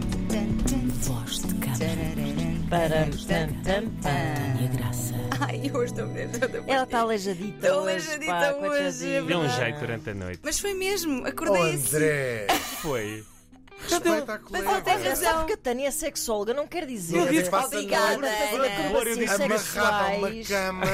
Voz de câmara. Para tam, tam, tam. Minha graça. Ai, hoje estou mesmo toda Ela está aleijadita. Estou hoje, aleijadita pá, com a hoje, é tiazinha. Deu um jeito durante a noite. Mas foi mesmo, Oh, acordei assim. André! Foi. Respeita a colega. Ela tem razão, porque a Tânia é sexóloga, não quer dizer. Não quer dizer que passa Obrigada, noite fazer Ana. acrobacias Amarrada a uma sexuais cama,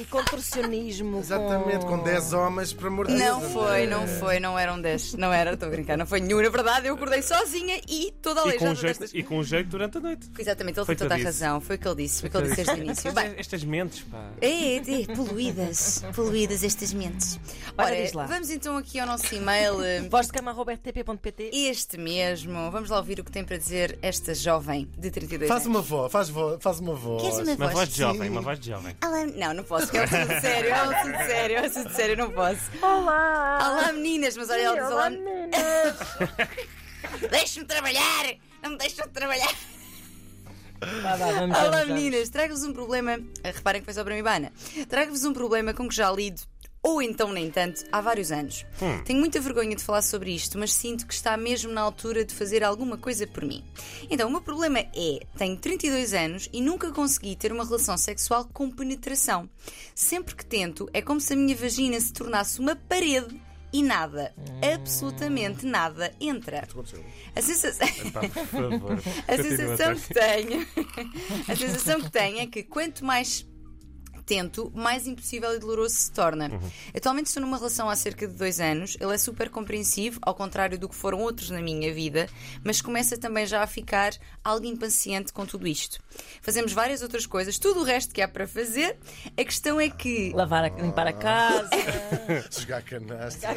e contorcionismo. exatamente, com 10 homens, por amor de Deus. Oh. Não foi, não foi, não eram 10. Não era, estou a brincar, não foi nenhum. Na verdade, eu acordei sozinha e toda E com, aleijada um jeito, destas. e com um jeito durante a noite. Exatamente, ele Foi tem o que eu toda a disse. razão. Foi o que ele disse, foi o que ele disse desde o início. Bem, Estas, estas mentes, pá. É, é, é, poluídas, poluídas estas mentes. Ora, diz lá. vamos então aqui ao nosso e-mail. eh, Voz de cama, rtp.pt. Este mesmo. Vamos lá ouvir o que tem para dizer esta jovem de 32 Faz anos. uma voz, faz, vo- faz uma voz. Queres uma Uma voz de voz? jovem, uma voz de jovem. Olá, não, não posso, que é um assunto sério, é um assunto sério, é um assunto sério, não posso. Olá! Olá meninas, mas olha, ela diz olá. Deixa-me trabalhar! Não me deixam trabalhar! Vá, vá, vamos, vamos, Olá vamos. meninas, trago-vos um problema. Ah, Reparem que foi sobre a Mibana. Trago-vos um problema com que já lido, ou então nem tanto, há vários anos. Hum. Tenho muita vergonha de falar sobre isto, mas sinto que está mesmo na altura de fazer alguma coisa por mim. Então, o meu problema é: tenho 32 anos e nunca consegui ter uma relação sexual com penetração. Sempre que tento, é como se a minha vagina se tornasse uma parede. E nada, absolutamente nada, entra. A sensação. Pá, por favor. A Continua, sensação Tânia. que tenho. A sensação que tenho é que quanto mais tento, mais impossível e doloroso se torna. Atualmente estou numa relação há cerca de dois anos, ele é super compreensivo, ao contrário do que foram outros na minha vida, mas começa também já a ficar algo impaciente com tudo isto. Fazemos várias outras coisas, tudo o resto que há para fazer. A questão é que. Lavar, a, limpar a casa. Jogar canastra.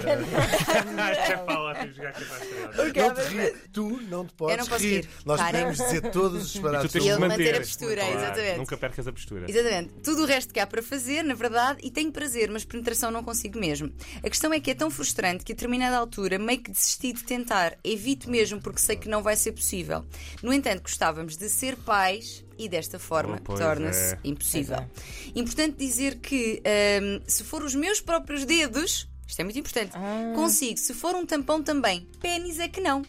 Até fala, tem que jogar com a estrela. Não te rir. Tu não te podes Eu não posso rir. rir. Nós Parem. podemos dizer todos os Tu disparates. tens E de ele manter a manter postura, Claro, exatamente. Nunca percas a postura. Exatamente. Tudo o resto que há para fazer, na verdade, e tenho prazer, mas penetração não consigo mesmo. A questão é que é tão frustrante que a determinada altura meio que desisti de tentar. Evito mesmo porque sei que não vai ser possível. No entanto, gostávamos de ser pais e desta forma Oh, pois torna-se é. impossível. Importante dizer que hum, se for os meus próprios dedos, isto é muito importante, consigo. Se for um tampão também, pênis é que não.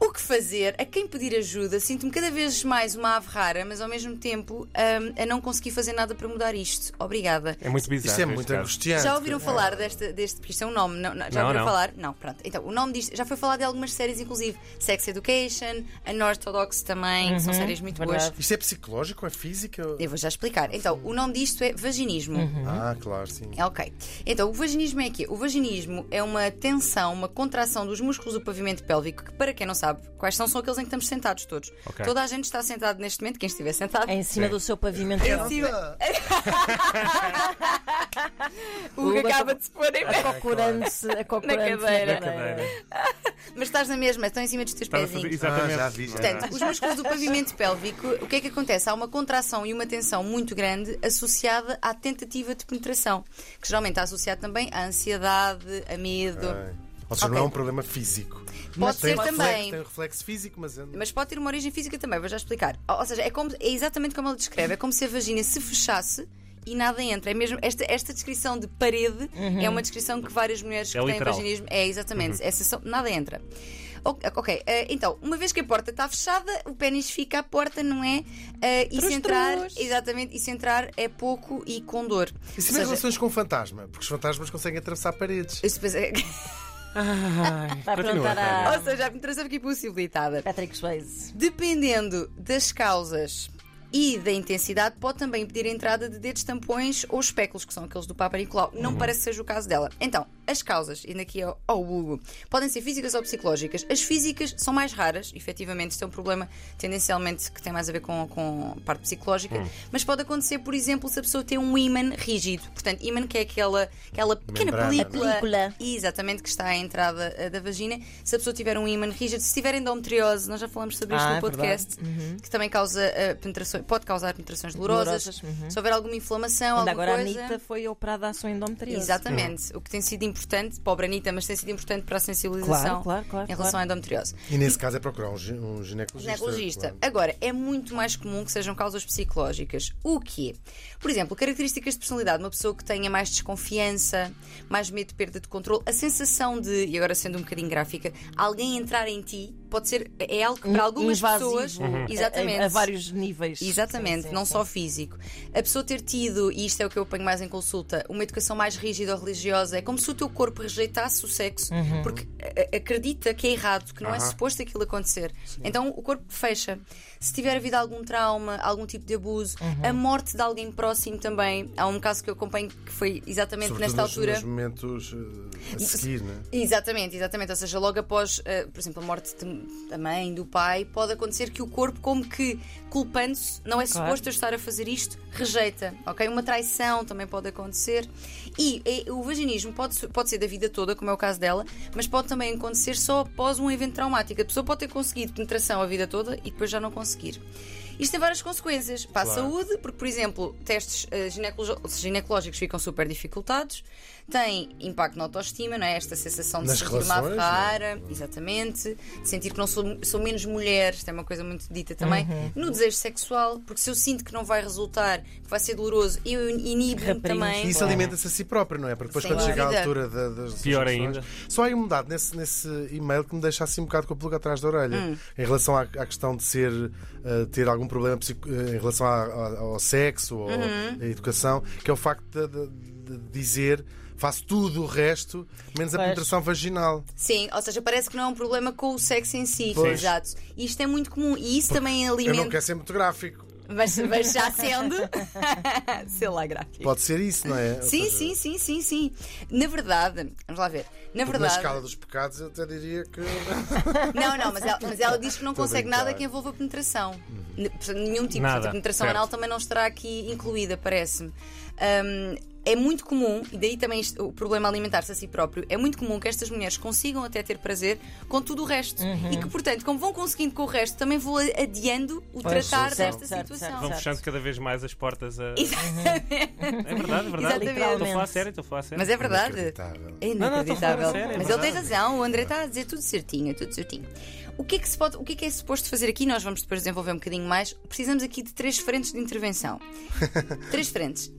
O que fazer? A quem pedir ajuda? Sinto-me cada vez mais uma ave rara, mas ao mesmo tempo hum, a não conseguir fazer nada para mudar isto. Obrigada. É muito bizarro. Isto é este muito caso. angustiante. Já ouviram falar desta, deste, porque isto é um nome, não, não, já Não, ouviram não. falar? Não, pronto. Então, o nome disto já foi falado em algumas séries, inclusive Sex Education, Unorthodox também, que são Uhum, séries muito boas. verdade. Isto é psicológico? É físico? Eu vou já explicar. Então, o nome disto é Uhum. vaginismo. Ah, claro, sim. É, Ok. Então, o vaginismo é aqui. O vaginismo é uma tensão, uma contração dos músculos do pavimento pélvico, que, para quem não sabe, quais são, são aqueles em que estamos sentados todos. Ok. Toda a gente está sentada neste momento, quem estiver sentado. É em cima do seu pavimento. É É. O Hugo Hugo acaba de se pôr em pé. Procurando-se a Na cadeira. Na cadeira. Ah, Mas estás na mesma, estão em cima dos teus Estava a fazer- pezinhos. Exatamente. Ah, já vi, já. Portanto, os músculos do pavimento pélvico, o que é que acontece? Há uma contração e uma tensão muito grande associada à tentativa de penetração, que geralmente está associado também à ansiedade, a medo. Ai. Ou seja, não Ok. é um problema físico. Pode tem ser reflexo, também. Tem reflexo físico, mas... anda- Mas pode ter uma origem física também, vou já explicar. Ou ou seja, é, como- é exatamente como ele descreve: é como se a vagina se fechasse e nada entra. É mesmo, esta, esta descrição de parede é uma descrição que várias mulheres Uhum. É que têm literal. Uhum. vaginismo. É exatamente, essa só- nada entra. O- Ok, eh, então, uma vez que a porta está fechada, o pênis fica à porta, não é? Eh, e se entrar, exatamente, e se entrar é pouco e com dor. E se Ou tiver seja, relações com fantasma? Porque os fantasmas conseguem atravessar paredes. isso depois é- Ai, Vai continua, perguntar à- Tânia. Ou seja, a penetração fica impossibilitada. Patrick Swayze. Dependendo das causas e da intensidade, pode também pedir a entrada de dedos tampões ou espéculos, que são aqueles do Papa Nicolau. Não Uhum. parece que seja o caso dela. Então, as causas, ainda aqui ao, ao Hugo, podem ser físicas ou psicológicas. As físicas são mais raras, efetivamente, isto é um problema tendencialmente que tem mais a ver com, com a parte psicológica, Hum. mas pode acontecer, por exemplo, se a pessoa tem um ímã rígido. Portanto, ímã que é aquela, aquela pequena Membrana, não é? película. Película. Exatamente, que está à entrada eh, da vagina. Se a pessoa tiver um ímã rígido, se tiver endometriose, nós já falamos sobre isto Ah, no é podcast, que também causa eh, penetrações, pode causar penetrações dolorosas. Dolorosas, uhum. Se houver alguma inflamação, Ainda alguma agora a coisa. Anitta foi operada à sua endometriose. Exatamente, o que tem sido importante para o Branita, mas tem sido importante para a sensibilização Claro, claro, claro, em relação claro. à endometriose. E nesse caso é procurar um, gi- um ginecologista. Ginecologista. claro. Agora, é muito mais comum que sejam causas psicológicas. O quê? Por exemplo, características de personalidade. Uma pessoa que tenha mais desconfiança, mais medo de perda de controle, a sensação de, e agora sendo um bocadinho gráfica, alguém entrar em ti pode ser. É algo que para algumas Invasivo, É, pessoas. a- Exatamente. A, a vários níveis. Exatamente, Uhum. Sim, sim, não sim. só físico. A pessoa ter tido, e isto é o que eu apanho mais em consulta, uma educação mais rígida ou religiosa, é como se o teu corpo rejeitasse o sexo porque a- a- acredita que é errado, que não é Aham. suposto aquilo acontecer. Então o corpo fecha. Se tiver havido algum trauma, algum tipo de abuso, a morte de alguém próximo também. Há um caso que eu acompanho que foi exatamente Sobretudo nesta nos- altura. é Nos momentos eh, a seguir, né? Exatamente, exatamente. Ou seja, logo após, eh, por exemplo, a morte de- da mãe, do pai, pode acontecer que o corpo, como que culpando-se, não é suposto eu estar a fazer isto, rejeita. Ok? Uma traição também pode acontecer. E eh, o vaginismo pode, se- pode ser da vida toda, como é o caso dela, mas pode também acontecer só após um evento traumático. A pessoa pode ter conseguido penetração a vida toda e depois já não conseguir. Isto tem várias consequências para a saúde, porque, por exemplo, testes eh, ginecolo- ginecológicos ficam super dificultados, tem impacto na autoestima, não é? Esta sensação de Nas se sentir uma relações, é? rara, exatamente, de sentir que não sou, sou menos mulher, isto é uma coisa muito dita também, no desejo sexual, porque se eu sinto que não vai resultar, que vai ser doloroso, eu inibo-me Rapariga. E também. isso Claro. alimenta-se a si próprio, não é? Porque depois, Sem quando chega à dúvida. altura da- das. Pior sugestões, ainda. Só há um dado nesse, nesse e-mail que me deixa assim um bocado com a pulga atrás da orelha. Hum. Em relação à, à questão de ser. eh, ter algum problema psico- eh, em relação à- à- ao sexo ou Uhum. à educação, que é o facto de, de- de dizer. Faço tudo o resto, menos a Pois. penetração vaginal. Sim, ou seja, parece que não é um problema com o sexo em si, Pois. exato. E isto é muito comum, e isso também Eu não alimenta. quero ser muito gráfico. Mas, mas já sendo. Sei lá, gráfico. Pode ser isso, não é? Ou Sim, seja, sim, sim, sim, sim. Na verdade, vamos lá ver. Na porque Na verdade. escala dos pecados, eu até diria que. Não, não, mas ela, mas ela diz que não Tô a consegue brincar. nada que envolva penetração. Ne- portanto, Nenhum tipo Nada, de penetração certo. anal também não estará aqui incluída, parece-me. Hum, é muito comum, e daí também isto- o problema alimentar-se a si próprio, é muito comum que estas mulheres consigam até ter prazer com tudo o resto. Uhum. E que, portanto, como vão conseguindo com o resto, também vão adiando o tratar certo, desta certo, situação. Vão certo. Uhum. fechando cada vez mais as portas a. Exato. É verdade, é verdade. Exatamente. Estou a falar a sério, estou a falar a sério. Mas é verdade. Inacreditável. É Não, não, estou a falar inacreditável. a sério, é Mas ele tem verdade. razão, o André está a dizer tudo certinho, é tudo certinho. O que é que, se pode, o que é que é suposto fazer aqui? Nós vamos depois desenvolver um bocadinho mais. Precisamos aqui de três frentes de intervenção. três frentes.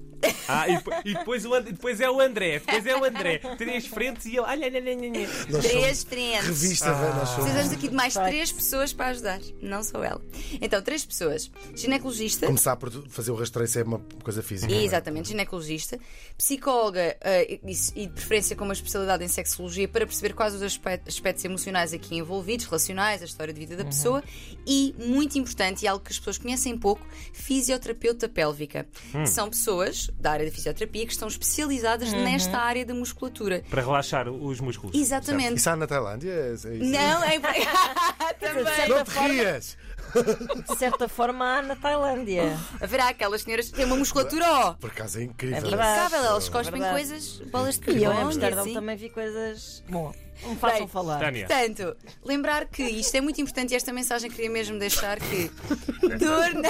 Ah, e, depo- e depois, o And- e depois é o André, depois é o André. Três frentes e ele. Olha, olha, olha, olha. Nós Três somos frentes. revista, velho, nós somos. Precisamos aqui de mais três pessoas para ajudar, não só ela. Então, três pessoas: ginecologista. Começar por fazer o rastreio se é uma coisa física. não é? Exatamente, ginecologista, psicóloga eh, e e de preferência com uma especialidade em sexologia para perceber quais os aspe- aspectos emocionais aqui envolvidos, relacionais, a história de vida Uhum. da pessoa e, muito importante, e algo que as pessoas conhecem pouco, fisioterapeuta pélvica. Hum. São pessoas da área da fisioterapia que estão especializadas Uhum. nesta área da musculatura. Para relaxar os músculos. Exatamente. Isso há na Tailândia? É isso? Não, é. Também. Não te rias! De certa forma, há na Tailândia. Haverá aquelas senhoras que têm uma musculatura, ó. Por acaso é incrível. É verdade. Impecável, elas cospem Verdade. coisas, bolas de E eu em ping-pong, Amsterdão assim. também vi coisas. Bom, não me façam Bem, falar. Tânia. Portanto, lembrar que isto é muito importante e esta mensagem queria mesmo deixar que dor na...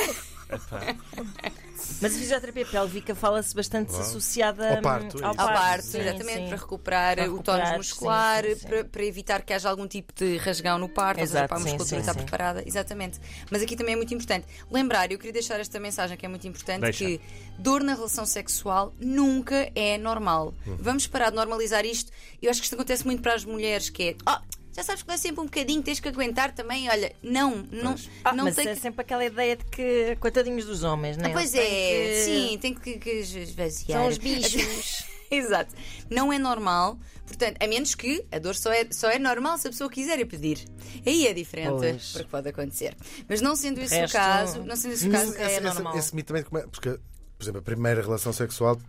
Mas a fisioterapia pélvica fala-se bastante associada Ao parto, hum, é ao isso. ao parto, sim, exatamente, sim. para recuperar Para o tónus recuperar, muscular, sim, sim, sim. Para, para evitar que haja algum tipo de rasgão no parto, ou seja, Exato, para a sim, musculatura sim, estar sim. preparada, exatamente. Mas aqui também é muito importante lembrar, eu queria deixar esta mensagem que é muito importante, Deixa. que dor na relação sexual nunca é normal. Vamos parar de normalizar isto. Eu acho que isto acontece muito para as mulheres, que é... "Ah, já sabes que dá sempre um bocadinho, tens que aguentar também. Olha, não, não, Ah, não mas tem é que sempre aquela ideia de que coitadinhos dos homens, não Ah, é? pois Eles é, têm que- sim, tem que, que esvaziar. São os bichos. Exato. Não é normal, portanto, a menos que a dor só é, só é normal se a pessoa quiser ir pedir. Aí é diferente, Pois. porque pode acontecer. Mas não sendo esse resto- o caso, não sendo esse o caso, Esse- é esse- normal. esse mito também. come- Porque, por exemplo, a primeira relação sexual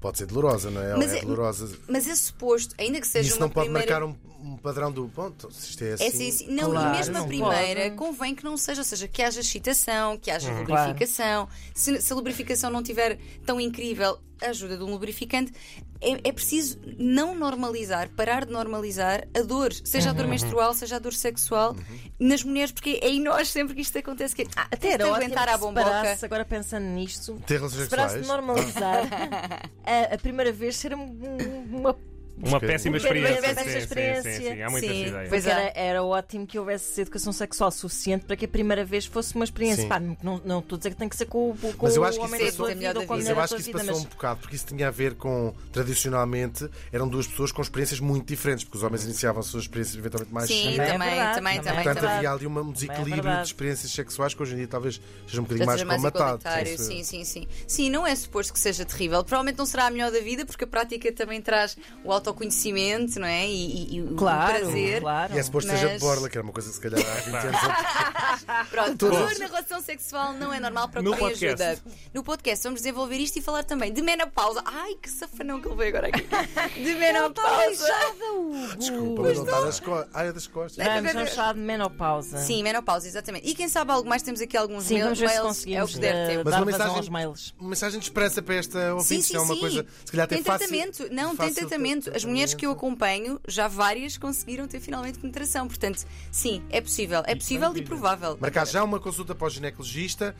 pode ser dolorosa, não é? Ou Mas é é- dolorosa. Mas é suposto, ainda que seja Isso uma não pode primeira... marcar um, um padrão do ponto. Se isto é assim. É sim, sim. Não, Claro, Hum. e mesmo a não primeira pode. convém que não seja, ou seja, que haja excitação, que haja lubrificação. Se, se a lubrificação não tiver tão incrível a ajuda de um lubrificante, é, é preciso não normalizar, parar de normalizar a dor, seja a Uhum. dor menstrual, seja a dor sexual, nas mulheres, porque é em nós sempre que isto acontece. Que, ah, Até até era ótimo aguentar à se bomboca. parasse, agora pensando nisto, Ter relações se parasse de sexuais? normalizar a, a primeira vez ser um- um- uma Uma bocadinho. péssima Um bocadinho, experiência. uma péssima sim, sim, sim, sim, experiência. Há muitas Sim, ideias. pois Porque é. era, era ótimo que houvesse educação sexual suficiente para que a primeira vez fosse uma experiência. Sim. Pá, não- não estou a dizer que tem que ser com, o- com Mas eu o acho que homem isso é- da tua passou- vida ou com a Mas Mas mulher eu da acho tua que isso vida, passou um mas bocado, porque isso tinha a ver com. Tradicionalmente, eram duas pessoas com experiências muito diferentes, porque os homens iniciavam as suas experiências eventualmente mais Sim, semelhantes. é também, também, verdade, também é também, Portanto, verdade. havia ali uma- um desequilíbrio verdade. de experiências sexuais que hoje em dia talvez seja um Já bocadinho mais seja mais colmatado. igualitário, Sim, sim, sim, sim. Sim, não é suposto que seja terrível. Provavelmente não será a melhor da vida, porque a prática também traz o autoconhecimento, não é? E, e- e o Claro, prazer. claro. E é suposto que seja de Mas- borla, que era uma coisa se calhar há 20 anos atrás. Pronto, Todos. dor na relação sexual não é normal para No quem podcast. ajuda. No podcast vamos desenvolver isto e falar também de menopausa. Ai, que safanão que ele veio agora aqui. De tá menopausa. Desculpa, mas não está das costas. Ah, é das costas. Vamos, vamos falar de menopausa. Sim, menopausa, exatamente. E quem sabe algo mais, temos aqui alguns Sim, mail- vamos ver se mails. É o conseguimos que der eh, tempo. Mas dar uma razão mensagem- aos mails. Uma mensagem de esperança para esta Sim, ouvinte, sim, que é uma sim. coisa. Se calhar até tem fácil. tratamento, não, tem fácil tratamento. As mulheres que eu tratamento. acompanho, já várias conseguiram ter finalmente penetração. Portanto, sim, é possível. É possível e provável. Marcar já uma consulta para o ginecologista.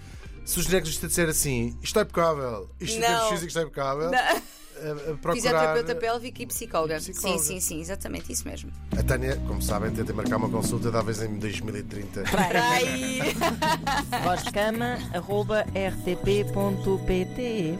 Se o ginecologista disser assim, isto é impecável, isto é Não. preciso e isto é impecável, Não. a- a procurar. eh, Fisioterapeuta pélvica e psicóloga. e psicóloga. Sim, sim, sim, exatamente, isso mesmo. A Tânia, como sabem, tenta marcar uma consulta talvez em 2030. Ai. Vozcama.rtp.pt